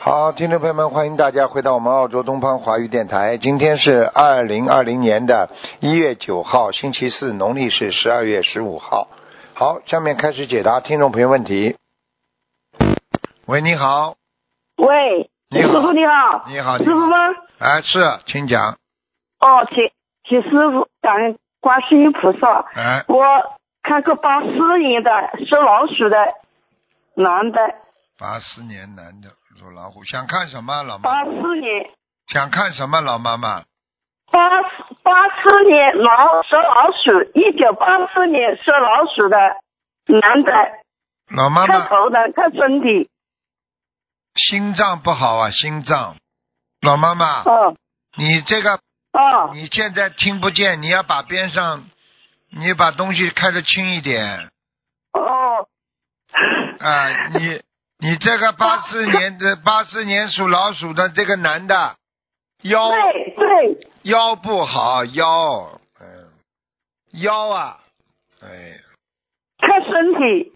好，听众朋友们，欢迎大家回到我们澳洲东方华语电台。今天是二零二零年的一月九号，星期四，农历是十二月十五号。好，下面开始解答听众朋友问题。喂，你好，喂，你好师傅你好，你好，师你傅好，吗？哎，是，请讲，哦，请请师傅感恩观世音菩萨。哎，我看个八四年的，是老鼠的，男的，八四年男的属老虎，想看什么，老妈八？四年，想看什么，老妈妈？八八四年老是老鼠，一九八四年是老鼠的，男的，老妈看妈头的，看身体，心脏不好啊，心脏。老妈妈，哦你这个哦啊你现在听不见，你要把边上，你把东西开得轻一点哦，啊、你你这个八四年的八四年属老鼠的这个男的，腰对对，腰不好，腰，嗯，腰啊，哎，看身体，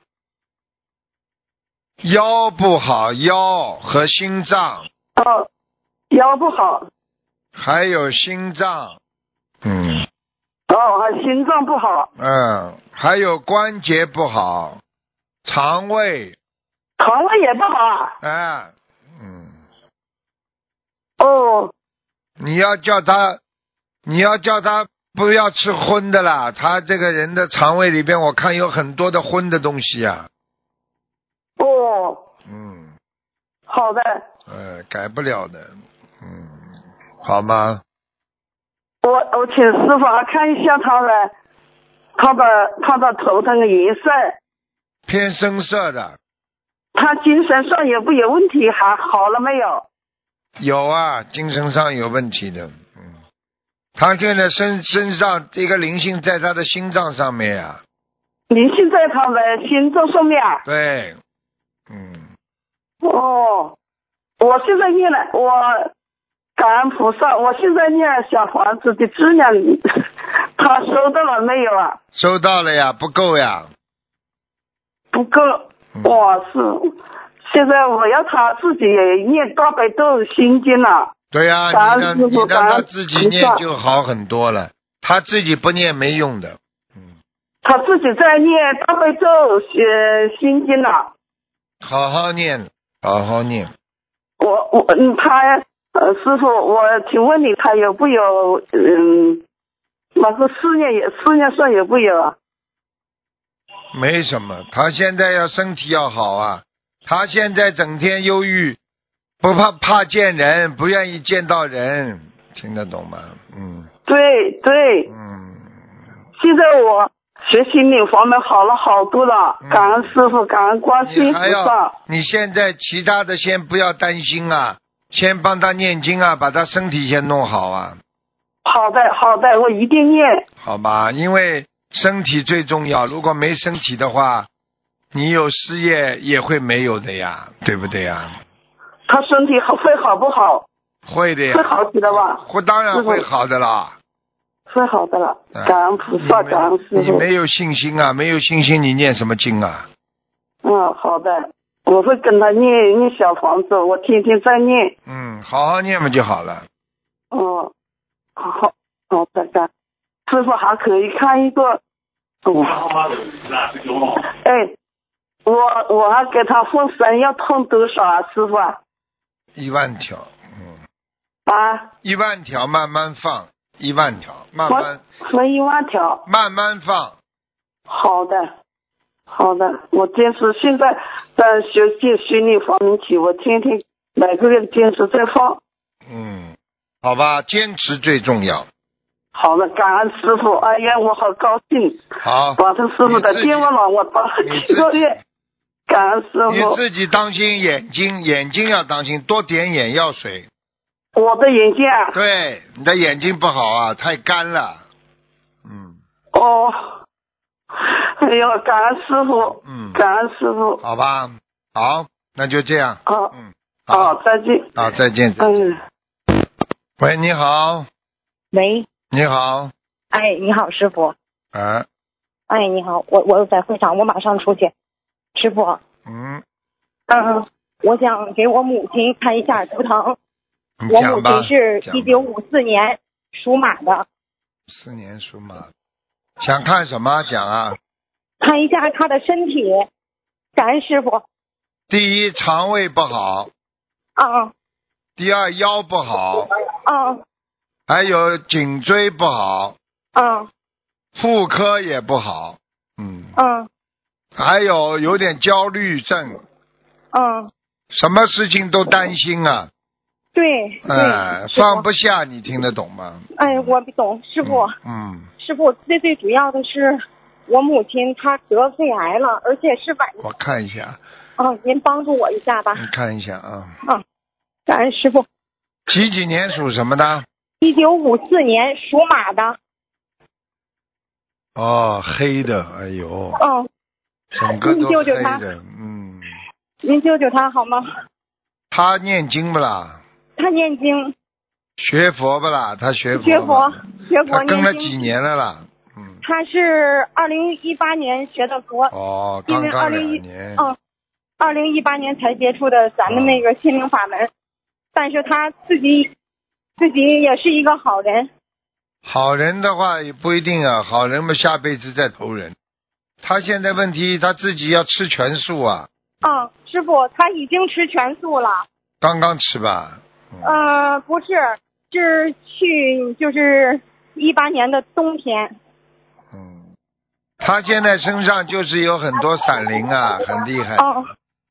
腰不好，腰和心脏，哦，腰不好，还有心脏，嗯哦，还心脏不好。嗯，还有关节不好，肠胃，肠胃也不好啊。哎，嗯。哦，你要叫他，你要叫他不要吃荤的啦。他这个人的肠胃里边，我看有很多的荤的东西啊。哦，嗯，好的，呃，改不了的。嗯，好吗？我我请师傅啊看一下他的，他的他的头疼的颜色，偏深色的他精神上有没有问题？还好了没有？有啊，精神上有问题的。嗯，他现在身身上这个灵性在他的心脏上面啊呀、灵性在他的心脏上面啊。对，嗯，哦，我现在念了，我感恩菩萨，我现在念小房子的质量， 他收到了没有啊？收到了呀，不够呀。不够。嗯、我哦是，现在我要他自己也念大悲咒心经了。对呀、感恩你让师你让父感他恩自菩己念萨就好很多了，他自己不念没用的。嗯，他自己在念大悲咒呃心经了。好好念，好好念。我我嗯，他呃师傅，我请问你他有不有嗯，那个事业也事业上有不有啊？没什么，他现在要身体要好啊。他现在整天忧郁，不怕怕见人，不愿意见到人，听得懂吗？嗯对对，嗯，现在我学习领法门好了好多了，感恩师傅，感恩观世你音嗯还啊菩萨要。你现在其他的先不要担心啊，先帮他念经啊，把他身体先弄好啊。好的好的，我一定念。好吧，因为身体最重要。如果没身体的话，你有事业也会没有的呀，对不对呀？他身体好会好不好？会的呀 会，好起来吧？会当然会好的啦。说好的了，嗯感恩菩萨，感恩你师没傅你。没有信心啊，没有信心，你念什么经啊？嗯，好的，我会跟他念念小房子，我天天在念。嗯，好好念嘛就好了。哦，好好的，感师傅还可以看一个。哦，哎，我我还给他放生，要痛多少啊，师傅啊？一万条，嗯，啊，一万条慢慢放，一万条慢慢我分一万条。慢慢放。好的，好的，我坚持现在在学习心理方面起，我天天每个月坚持在放。嗯，好吧，坚持最重要。好了，感恩师傅，哎呀，我好高兴，好，把这师傅的电话了，我打你了自己几个月，感恩师哦你傅，自己当心眼睛，眼睛要当心，多点眼药水。我的眼睛啊，对，你的眼睛不好啊，太干了。嗯哦，哎呦，感恩师傅，嗯，感恩师傅，好吧，好，那就这样。好，哦嗯，哦好，好，再见，好，再见。嗯。喂，你好，喂，你好，哎，你好，师傅。啊，哎，你好，我我在会场，我马上出去。师傅，嗯，嗯，我想给我母亲看一下图腾。你我讲母吧亲是。讲一九五四年属马的，四年属马，想看什么讲啊？看一下她的身体。感恩师傅第一，肠胃不好；啊第二，腰不好，啊还有颈椎不好，啊妇科也不好。嗯，啊还有有点焦虑症，啊！什么事情都担心啊，对对，哎，师放傅，不下，你听得懂吗？哎，我不懂，师傅。嗯，师傅，最最主要的是，我母亲她得肺癌了，而且是晚嗯，我看一下，哦，您帮助我一下吧你，看一下啊，感恩师傅。几几年属什么的？一九五四年属马的，哦，黑的，哎呦，哦，整个都你救黑救他的，嗯，您救救她好吗？他念经不啦？她念经，学佛不啦？他学佛学吧佛，学他跟佛念了几经。年了啦？嗯，她是二零一八年学的佛，哦，因刚为刚2001两年，哦二零一八年才接触的咱啊们那个心灵法门，但是她自己自己也是一个好人，好人的话也不一定啊，好人嘛下辈子再投人。他现在问题他自己要吃全素啊，啊、师傅，她已经吃全素了。刚刚吃吧，呃，不是，是去就是一八年的冬天。嗯，他现在身上就是有很多闪灵啊，很厉害，哦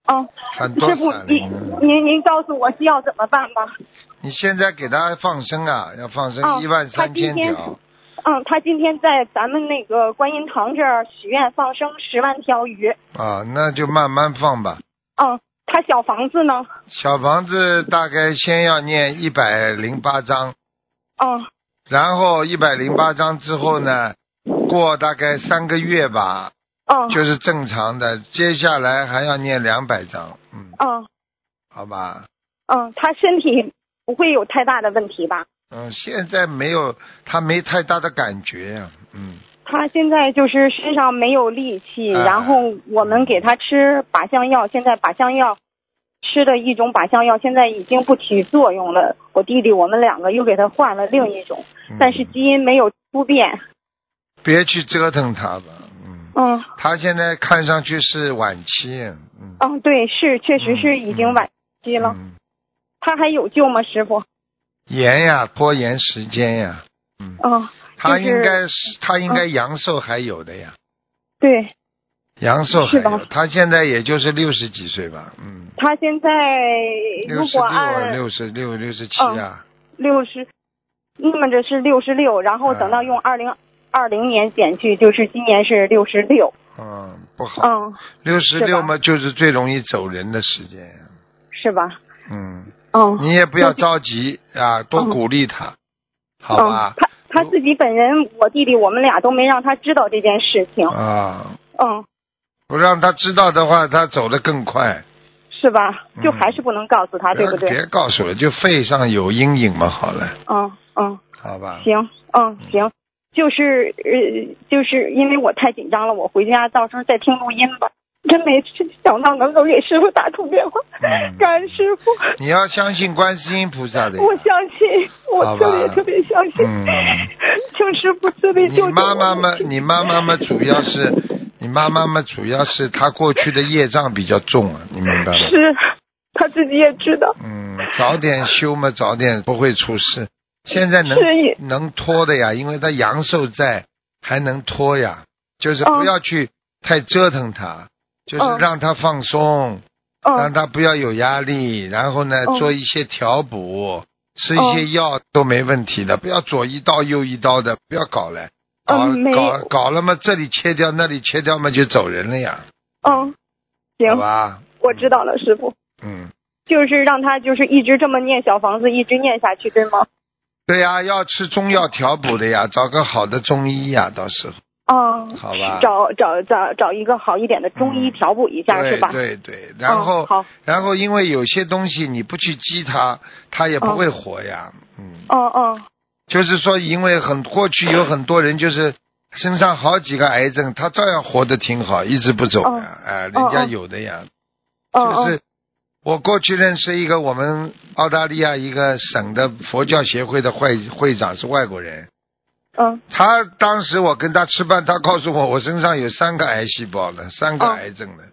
哦，很多师傅，闪您灵、啊。您您告诉我需要怎么办吧？你现在给他放生啊，要放哦生一万他三今千天条，嗯，他今天在咱们那个观音堂这儿许愿放生十万条鱼。啊，那就慢慢放吧。嗯，他小房子呢？小房子大概先要念一百零八章，嗯然后一百零八章之后呢，过大概三个月吧，嗯就是正常的。接下来还要念两百章，嗯，嗯好吧，嗯，他身体不会有太大的问题吧？嗯，现在没有他没太大的感觉呀、嗯，他现在就是身上没有力气，哎然后我们给他吃靶向药，现在靶向药吃的一种靶向药现在已经不起作用了。我弟弟我们两个又给他换了另一种，嗯但是基因没有突变。别去折腾他吧，嗯，嗯他现在看上去是晚期，嗯，嗯，对，是确实是已经晚期了。嗯他还有救吗，师傅？延呀，拖延时间呀，嗯，嗯，他就是嗯应该是他应该阳寿还有的呀。对阳寿还是吧有，他现在也就是六十几岁吧，嗯，他现在六如十果六啊，按六十六、六十七啊，六十，那么这是六十六，然后等到哎用二零二零年减去，就是今年是六十六。嗯，不好，嗯。六十六嘛就是最容易走人的时间，啊是吧？嗯，嗯，你也不要着急啊，多鼓励他，好嗯吧，？他他自己本人，我弟弟，我们俩都没让他知道这件事情，啊，嗯，不让他知道的话，他走得更快，是吧？嗯就还是不能告诉不他，啊对要不对？别告诉了，就肺上有阴影嘛，好了，嗯嗯，好吧，行，嗯行，就是呃，就是因为我太紧张了，我回家到时候再听录音吧。真没想到能够给师傅打通电话，嗯感恩师傅，你要相信观世音菩萨的呀，我相信，我好吧特别特别相信，嗯请师傅慈悲你救救妈妈我嘛，你妈妈嘛，主要是你妈妈嘛，主要是她过去的业障比较重啊，你明白吗？是他自己也知道，嗯，早点修嘛，早点不会出事。现在能是也能拖的呀，因为她阳寿在，还能拖呀。就是不嗯要去太折腾她，就是嗯让她放松，让嗯她不要有压力，然后呢，嗯做一些调补，吃一嗯些药都没问题的，不要左一刀右一刀的，不要搞了。搞嗯没搞搞了嘛，这里切掉，那里切掉嘛，就走人了呀，嗯，好行，吧？我知道了，师傅，嗯，就是让他就是一直这么念小房子，一直念下去，对吗？对呀、要吃中药调补的呀，找个好的中医呀，到时候哦，好吧找找找找一个好一点的中医嗯调补一下，对是吧？对对，然后、嗯好，然后因为有些东西你不去激它，它也不嗯会活呀，嗯，哦哦就是说，因为很过去有很多人就是身上好几个癌症，他照样活得挺好，一直不走呀，哎、人家嗯嗯有的呀，哦就哦是我过去认识一个我们澳大利亚一个省的佛教协会的会会长是外国人，嗯，他当时我跟他吃饭，他告 诉我我身上有三个癌细胞了，三个哦癌症了，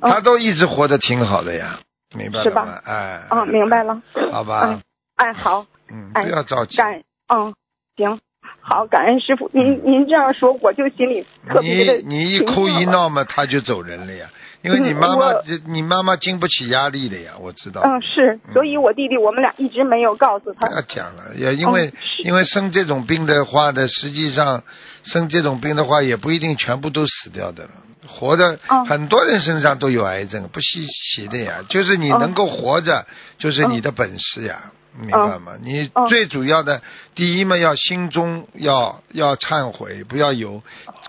哦他都一直活得挺好的呀，明白是了吧吗？哎，哦，明白了。好吧嗯，哎，好，嗯，哎不要着急，感，嗯，行，好，感恩师傅。嗯您您这样说，我就心里特别的你你一哭一闹嘛，他就走人了呀，因为嗯你妈妈我你妈妈经不起压力的呀，我知道。嗯，是，所以我弟弟我们俩一直没有告诉他不。要讲了，也因为、嗯是因为生这种病的话呢，实际上生这种病的话，也不一定全部都死掉的了。活着、哦很多人身上都有癌症，不稀奇的呀。就是你哦能够活着，就是你的本事呀，明白吗？你哦最主要的，第一嘛，要心中要要忏悔，不要有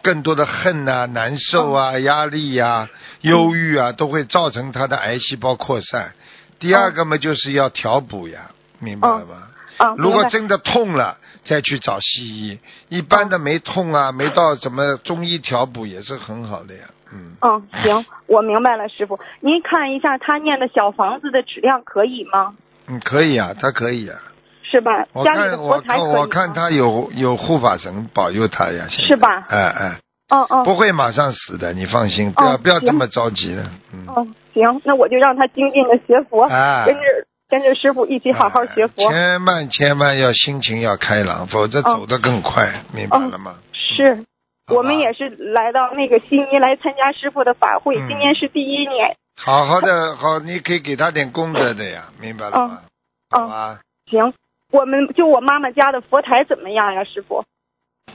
更多的恨呐、难受啊、哦压力呀、忧郁啊，都会造成他的癌细胞扩散。第二个嘛，就是要调补呀，明白了吗？啊，如明果白真的痛了，再去找西医。一般的没痛哦啊，没到怎么中医调补也是很好的呀。嗯，嗯，行，我明白了，师傅。您看一下他念的小房子的质量可以吗？嗯，可以啊，他可以啊。是吧？我家里的看佛我台看可以我看吗？他有有护法神保佑他呀，现在是吧哎哎，哦哦不会马上死的，你放心，不要哦不要这行么着急的。嗯，哦，行，那我就让他精进的学佛，哎跟着跟着师傅一起好好学佛。哎千万千万要心情要开朗，否则哦走得更快，明白哦了吗？是，好我吧们也是来到那个悉尼来参加师傅的法会，嗯今年是第一年。好好的好，你可以给他点功德的呀，明白了吗？哦好吧。行，我们就我妈妈家的佛台怎么样呀，师傅？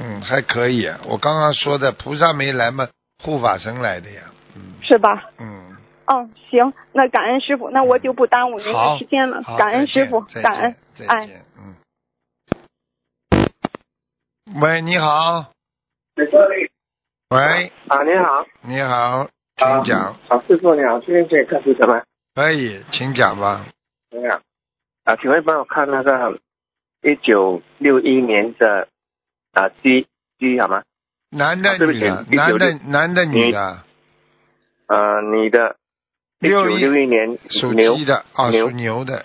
嗯，还可以、啊。我刚刚说的，菩萨没来嘛，护法神来的呀。嗯是吧？嗯，嗯，行，那感恩师傅，那我就不耽误您好的时间了好，，嗯感恩再师见傅再，感恩见，再哎见，嗯。喂，你好，喂，啊，你好，你好，请讲，啊，师傅你好，今天可以看图什么？可以，请讲吧。你好，啊，请问帮我看那个一九六一年的啊鸡鸡好吗？男的啊对不女起的， 19男的男的女的，呃，你的一九61六一年属牛鸡的啊，牛属牛的，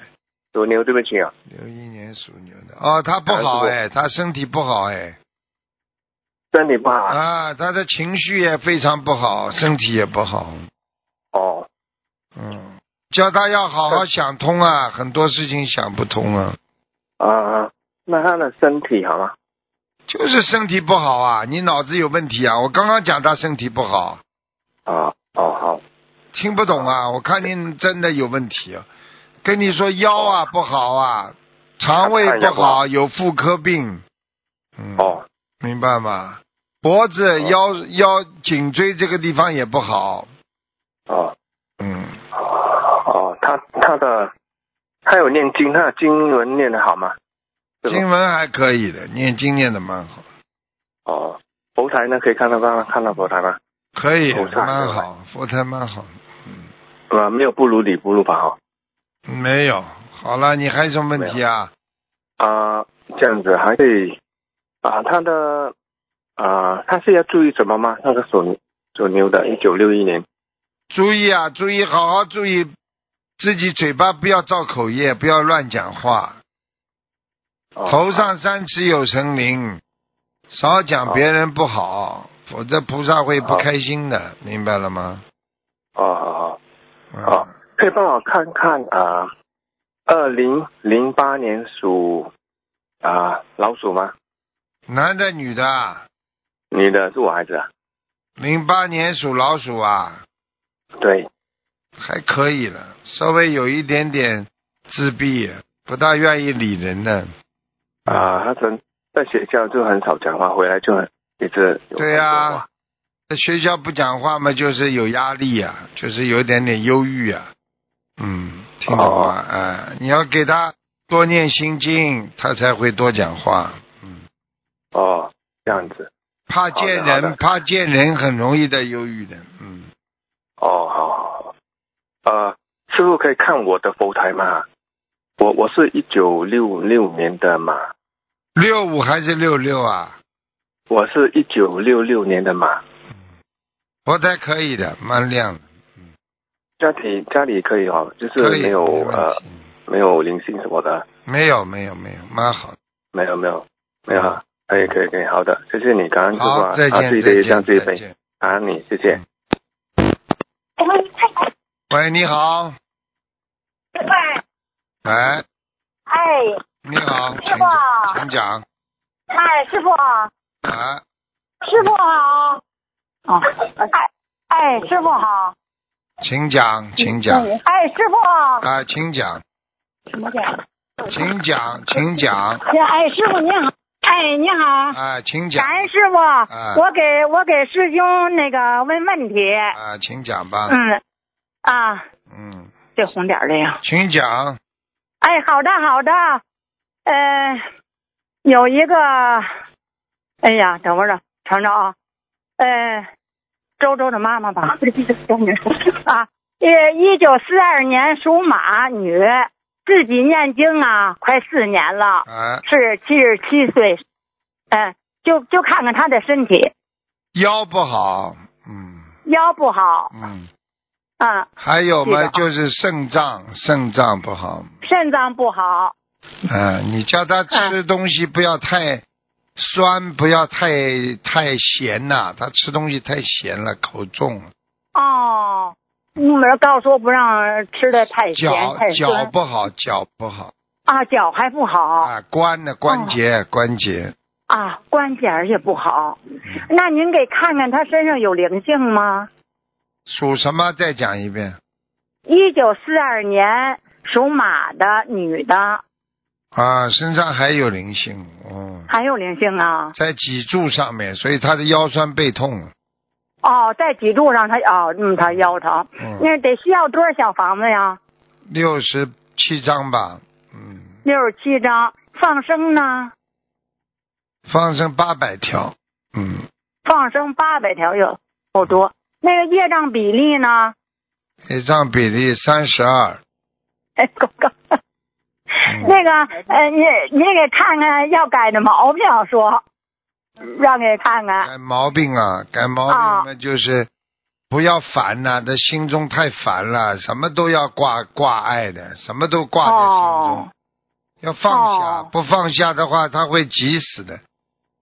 属牛，对不起啊，六一年属牛的，哦，他不好啊哎，他身体不好哎，身体不好啊。啊，他的情绪也非常不好，身体也不好，哦，嗯，叫他要好好想通啊，很多事情想不通啊，啊，那他的身体好吗？就是身体不好啊，你脑子有问题啊。我刚刚讲他身体不好，啊，哦好，听不懂啊，我看您真的有问题、啊，跟你说腰啊不好啊，肠胃不好，有妇科病，嗯，，哦明白吗？脖子、腰、腰、颈椎这个地方也不好，哦嗯，哦，他他的他有念经，他的经文念的好吗？是吗经文还可以的，念经念的蛮好，哦，佛台呢可以看到吗？看到佛台吗？可以，佛台蛮好，佛台蛮好，嗯。啊，没有不如理不如法哦。没有，好了，你还有什么问题啊？啊，这样子还可以啊，他的啊，他是要注意什么吗？那个属属牛的，一九六一年注意啊，注意，好好注意自己嘴巴，不要造口业，不要乱讲话。哦头上三尺有神灵，少讲别人不好，否则菩萨会不开心的，明白了吗？哦哦啊、哦哦，可以帮我看看啊，二零零八年属啊老鼠吗？嗯男的女的啊，你的是我孩子啊？零八年属老鼠啊，对，还可以了，稍微有一点点自闭，不大愿意理人的。啊，他从在学校就很少讲话，回来就很一直有对呀、很多话在学校不讲话嘛，就是有压力呀、就是有一点点忧郁啊。嗯，听懂吗？哦啊、你要给他多念心经，他才会多讲话。哦，这样子。怕见好的好人，的怕见人很容易的忧郁的。嗯，哦，好好好。呃，师傅可以看我的佛台吗？我我是一九六六年的马，六五还是六六啊？我是一九六六年的马，佛台可以的，蛮亮的。这家里家里可以哦，就是可以没有没问题呃没有灵性什么的，没有没有没有，蛮好的。没有没有没有啊，可以可以可以，好的，谢谢你，感恩师傅好，啊，再啊自见己的再业障见自己再背，见。感恩你，谢谢。哎喂，你好，喂，哎，你好，请师傅讲，请讲。哎，师傅，啊，师傅好。哦，哎，哎，师傅好。请讲，请讲。嗯哎，师傅。啊，请讲，什么讲？请讲，请讲。哎，师傅您好。哎，你好。啊，请讲感。恩师傅，我给我给师兄那个问问题。啊，请讲吧。嗯，啊，嗯，这红点儿这个。请讲。哎，好的好的。呃，有一个，哎呀，等会儿啊，尝尝啊。呃，周周的妈妈吧。 啊，呃，一九四二年属马女，自己念经啊，快四年了，啊，是七十七岁，嗯、就就看看她的身体，腰不好。嗯腰不好，嗯，啊，还有嘛，是的就是肾脏，肾脏不好。肾脏不好，啊，你叫他吃东西不要太酸，不要太太咸呐、他吃东西太咸了，口重了。哦，你们告诉我不让吃的太咸脚太脚酸不好，脚不好啊，脚还不好哦啊，关的关节、关节。啊，关节儿也不好，嗯那您给看看她身上有灵性吗？属什么？再讲一遍一九四二年属马的女的，啊！身上还有灵性，嗯，还有灵性啊？在脊柱上面，所以他的腰酸背痛了。哦，在脊柱上她哦，嗯，她腰疼，嗯，那得需要多少小房子呀？六十七张吧，嗯，六十七张，放生呢？放生八百条，嗯，放生八百条有够多。那个业障比例呢？一张比例三十二。嗯哎，够够。那个，呃，你你给看看要改的毛病，说让给看看。改毛病啊，改毛啊病那就是不要烦呐、他心中太烦了，什么都要挂挂碍的，什么都挂在心中，哦要放下，哦不放下的话他会急死的。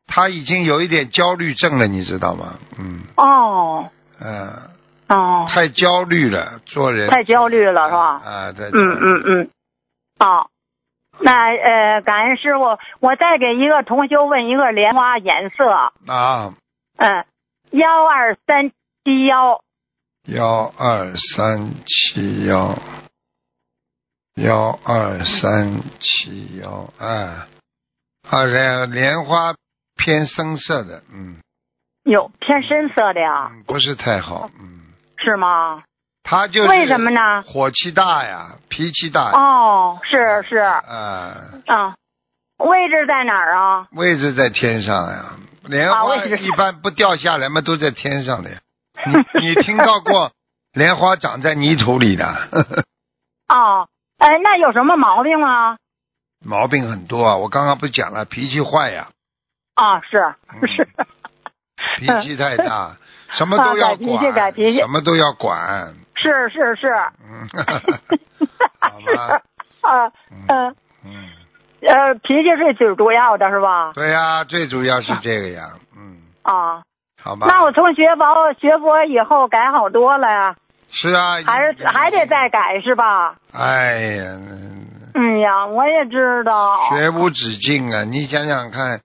他已经有一点焦虑症了，你知道吗？嗯哦呃，哦，太焦虑了，做人太焦虑了是吧啊，对，嗯嗯嗯，哦。那呃，感恩师傅，我再给一个同修问一个莲花颜色，嗯啊，嗯，幺二三七幺，幺二三七幺，幺二三七幺，啊啊，莲莲花偏深色的，嗯，哟，偏深色的呀，嗯不是太好，嗯，是吗？他就是为什么呢？火气大呀，脾气大呀，哦，是是啊、啊，位置在哪儿啊？位置在天上呀，莲花啊位置一般不掉下来嘛，都在天上的呀，你你听到 过莲花长在泥土里的？ 哦，哎，那有什么毛病吗？毛病很多啊，我刚刚不讲了，脾气坏 呀、啊，是嗯是，嗯脾气太大，什么都 要啊管，改脾气改脾气什么都要管。是是是，嗯， 好是吧，啊嗯 呃嗯，呃，脾气是最主要的是吧？对呀、最主要是这个呀，嗯，啊，好吧。那我从学佛学佛以后改好多了呀，是啊，还是还得再。改是吧？哎呀，嗯嗯呀，我也知道，学无止境啊！你想想看，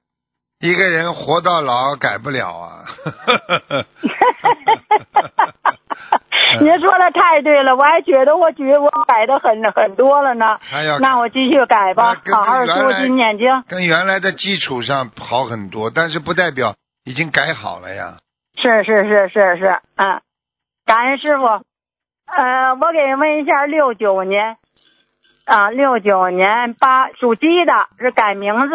一个人活到老改不了 啊。 您说的太对了，我还觉得我觉我改的很很多了呢。还要那我继续改那吧，跟好好原来修心念经。跟原来的基础上好很多，但是不代表已经改好了呀。是是是是是，嗯，感恩师傅。呃，我给问一下，六九年啊，六九年八属鸡的，是改名字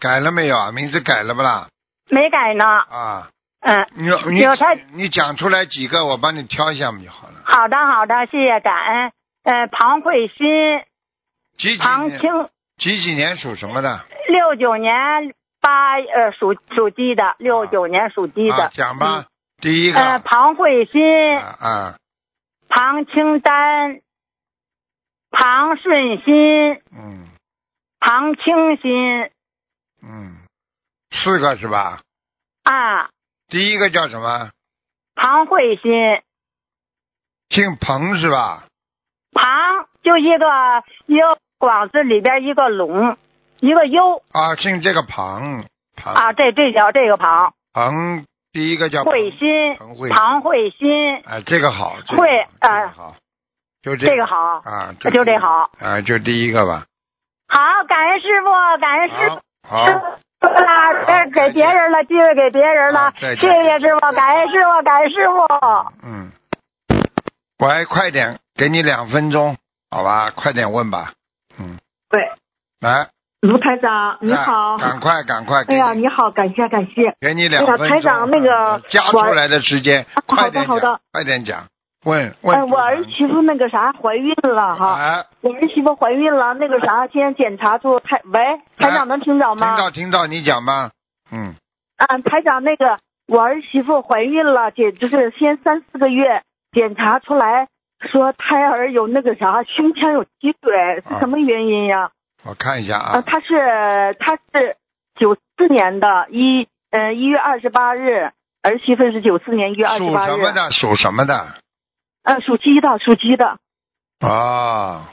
改了没有啊？名字改了不啦？没改呢？啊，嗯，你你有他你讲出来几个，我帮你挑一下嘛就好了。好的好的，谢谢感恩。呃，庞慧欣，几几庞年？清，几几年属什么的？六九年八呃属属鸡的，六九年属鸡的，啊嗯呃啊，讲吧。第一个呃，庞慧欣，啊啊，庞清丹、庞顺新、嗯庞清新嗯，四个是吧？啊，第一个叫什么？庞慧新，姓彭是吧？庞就一个一个广字里边一个龙，一个优啊，姓这个庞庞、啊，这这叫这个庞。彭，第一个叫慧心彭啊慧，庞慧心，哎，这个好，这个慧好这呃个好，就这这个个好。啊，就这第一个好啊，就第一个吧。好，感恩师傅，感恩师傅。好，好，啊，这给别人了，机会给别人了啊，再谢见谢师傅，感恩师傅，感恩师傅。嗯，喂，快点，给你两分钟，好吧？快点问吧，嗯，喂，来，卢台长，你来好。赶快，赶快，哎给呀，你你好，感谢感谢。给你两哎呀分钟。台长那个加我出来的时间，快好的点好讲的，快点讲，问问哎，主持人。我儿媳妇那个啥怀孕了哈，哎，我儿媳妇怀孕了，那个啥，今天检查出台，喂，台长能听着啊听吗？到听到，你讲吧。嗯，啊，台长，那个我儿媳妇怀孕了，检就是先三四个月，检查出来说胎儿有那个啥，胸腔有积水，啊是什么原因呀？我看一下啊，啊，她是她是九四年的，一呃一月二十八日，儿媳妇是九四年一月二十属八什么日，的？属什么的？呃，属鸡的，属鸡的，啊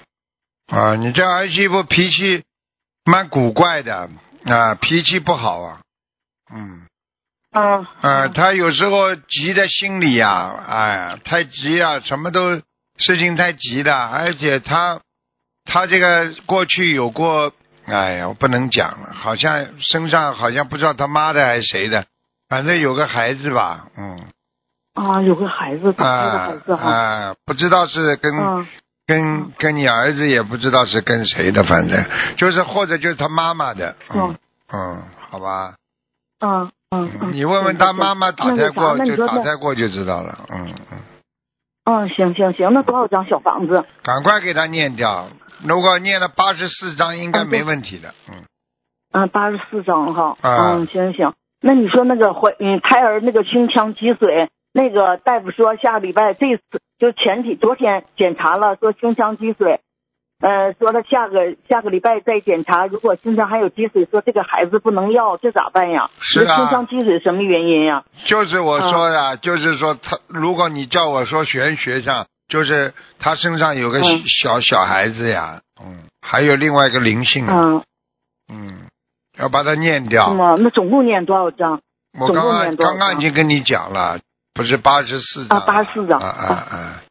啊，你这儿媳妇脾气蛮古怪的啊，脾气不好啊。嗯，嗯，啊，她有时候急的心里呀、哎呀，太急啊，什么都事情太急了，而且她她这个过去有过，哎呀，我不能讲了，好像身上好像不知道他妈的还是谁的，反正有个孩子吧，嗯啊，有个孩子，打胎的啊孩子哈，啊，不知道是跟。嗯跟跟你儿子也不知道是跟谁的，反正就是或者就是他妈妈的。嗯嗯，好吧，嗯嗯嗯嗯，你问问他妈妈打胎过那个啥那你就说打那胎过就知道了。嗯嗯，嗯，行行行，那多少张小房子？赶快给他念掉。如果念了八十四章，应该没问题的。嗯，嗯，八十四张哈。啊嗯，行行。那你说那个怀嗯胎儿那个胸腔积水，那个大夫说下礼拜这次就前几昨天检查了，说胸腔积水，呃，说他下个下个礼拜再检查，如果胸腔还有积水，说这个孩子不能要，这咋办呀？是啊这胸腔积水什么原因呀？就是我说哦的，就是说他，如果你叫我说玄学上，就是他身上有个嗯小小孩子呀，嗯，还有另外一个灵性啊，嗯，嗯，要把它念掉。那么那总共念多少张？我总刚共刚念多少刚刚已张经跟你讲了，不是八十四张啊84张啊啊啊！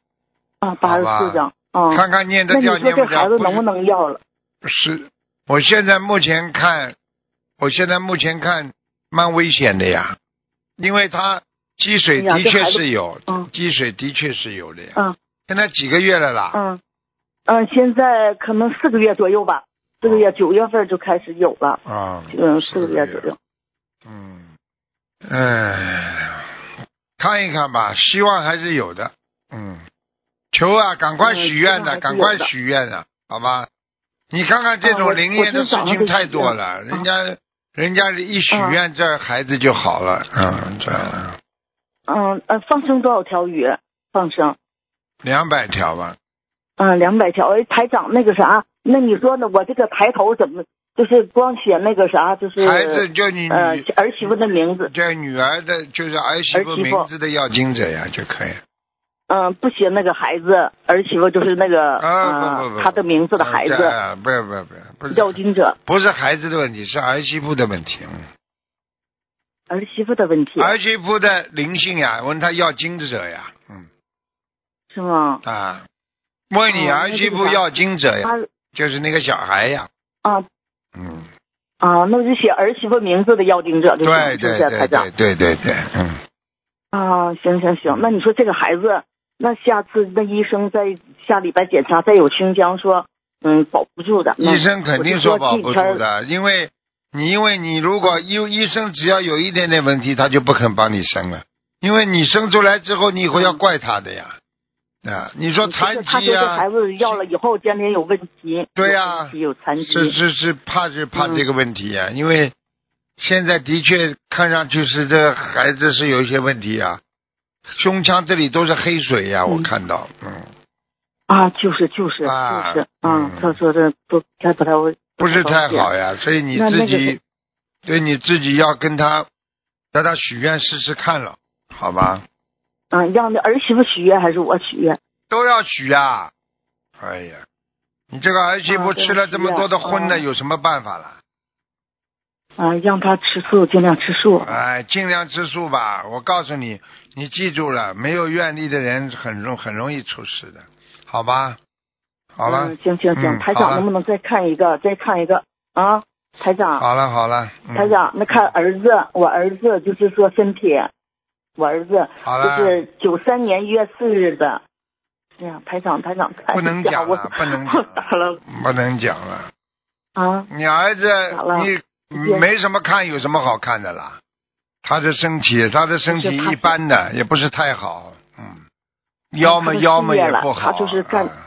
啊，八好十吧四张。啊、看看念那得你掉说念这不掉，孩子能不不能要了？是是？我现在目前看，我现在目前看蛮危险的呀，因为他积水哎呀的这确孩子是有，嗯积水的确是有的呀。嗯现在几个月了啦？嗯，嗯，现在可能四个月左右吧，四个月九月份就开始有了，啊，嗯，四四个个月月左右。嗯，哎，看一看吧，希望还是有的。嗯，求啊，赶快许愿呐、嗯希望还是有的赶快许愿呐、好吧？你看看这啊我种灵验的事我今情早上就太多了，人家人家一许愿，这孩子就好了。嗯，这嗯呃，放生多少条鱼？放生，两百条吧。嗯，两百条。哎，台长那个啥，那你说呢？我这个抬头怎么就是光写那个啥，就是孩子就你呃女，儿媳妇的名字，这女儿的，就是儿媳妇儿媳妇名字的要经者呀，就可以。嗯，不写那个孩子，儿媳妇就是那个啊，不呃不不，她的名字的孩啊这子，啊不不不，不是要经者，不是孩子的问题，是儿媳妇的问题。嗯，儿媳妇的问题儿媳妇的灵性呀，问他要经者呀，嗯是吗？啊，问你哦儿媳那妇就是啥要经者呀，她就是那个小孩呀，啊嗯，啊，那我就写儿媳妇名字的要经者对就行，对是不是，台对长？对对对对，嗯，啊，行行行，那你说这个孩子，那下次那医生在下礼拜检查再有清江说，嗯，保不住的。那医生肯定说保不住。的，因为你因为你如果医医生只要有一点点问题，他就不肯帮你生了，因为你生出来之后，你以后要怪他的呀，啊，你我说嗯就说残这他疾说这呀孩，子要了以后，将来有问题。对呀有问题有残是疾。是是，怕是怕嗯这个问题呀、因为现在的确看上去是这孩子是有一些问题啊，胸腔这里都是黑水呀、我看到，嗯，啊，就是就是啊就是嗯啊，他说的不他不太会，不是太好呀，所以你那自那个己，对你自己要跟他，让他许愿试试看了，好吧？嗯，让那儿媳妇许愿还是我许愿？都要许呀，哎呀，你这个儿媳妇啊对吃了这么多的荤的，许愿有什么办法了？啊，让他吃素，尽量吃素。哎，尽量吃素吧。我告诉你，你记住了，没有愿力的人很容很容易出事的，好吧？好了，嗯，行行嗯行，台好了长能不能再看一个？再看一个啊，台长。好了，好了，嗯、台长，那看儿子，我儿子就是说身体，我儿子好了，就是九三年一月四日的。哎呀，台长，台长，看一下不能讲啊我了，不能我讲啊 打了，了不能讲了。啊，你儿咋了子，你也没什么看，有什么好看的啦？他的身体，他的身体就是他一般的，也不是太好，嗯，腰嘛他的事业腰嘛也不好，了他就是干啊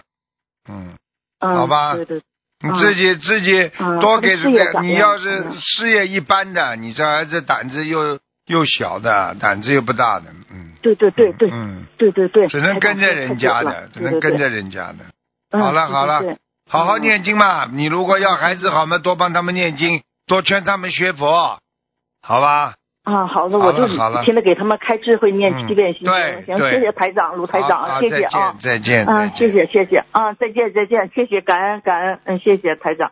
嗯，嗯，好吧对对，你嗯自己自己嗯多他的给事业个，咋你样要是嗯事业一般的，你这儿子胆子又又小的，胆子又不大的，嗯，对对对对嗯，对对对，只能跟着人家的，只能跟着。着人家的，嗯好了好了，对对对好嗯好念经嘛。你如果要孩子好嘛，多帮他们念经，多劝他们学佛，好吧？啊，好的，好我了就好了现在给他们开智慧念嗯七遍心对经，行，对谢谢台长，卢台好长，谢谢啊，再见，再见，啊，再见谢。谢谢谢啊，再见再见，谢谢感恩感恩，嗯，谢谢台长。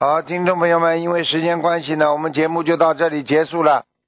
好，听众朋友们，因为时间关系呢，我们节目就到这里结束了。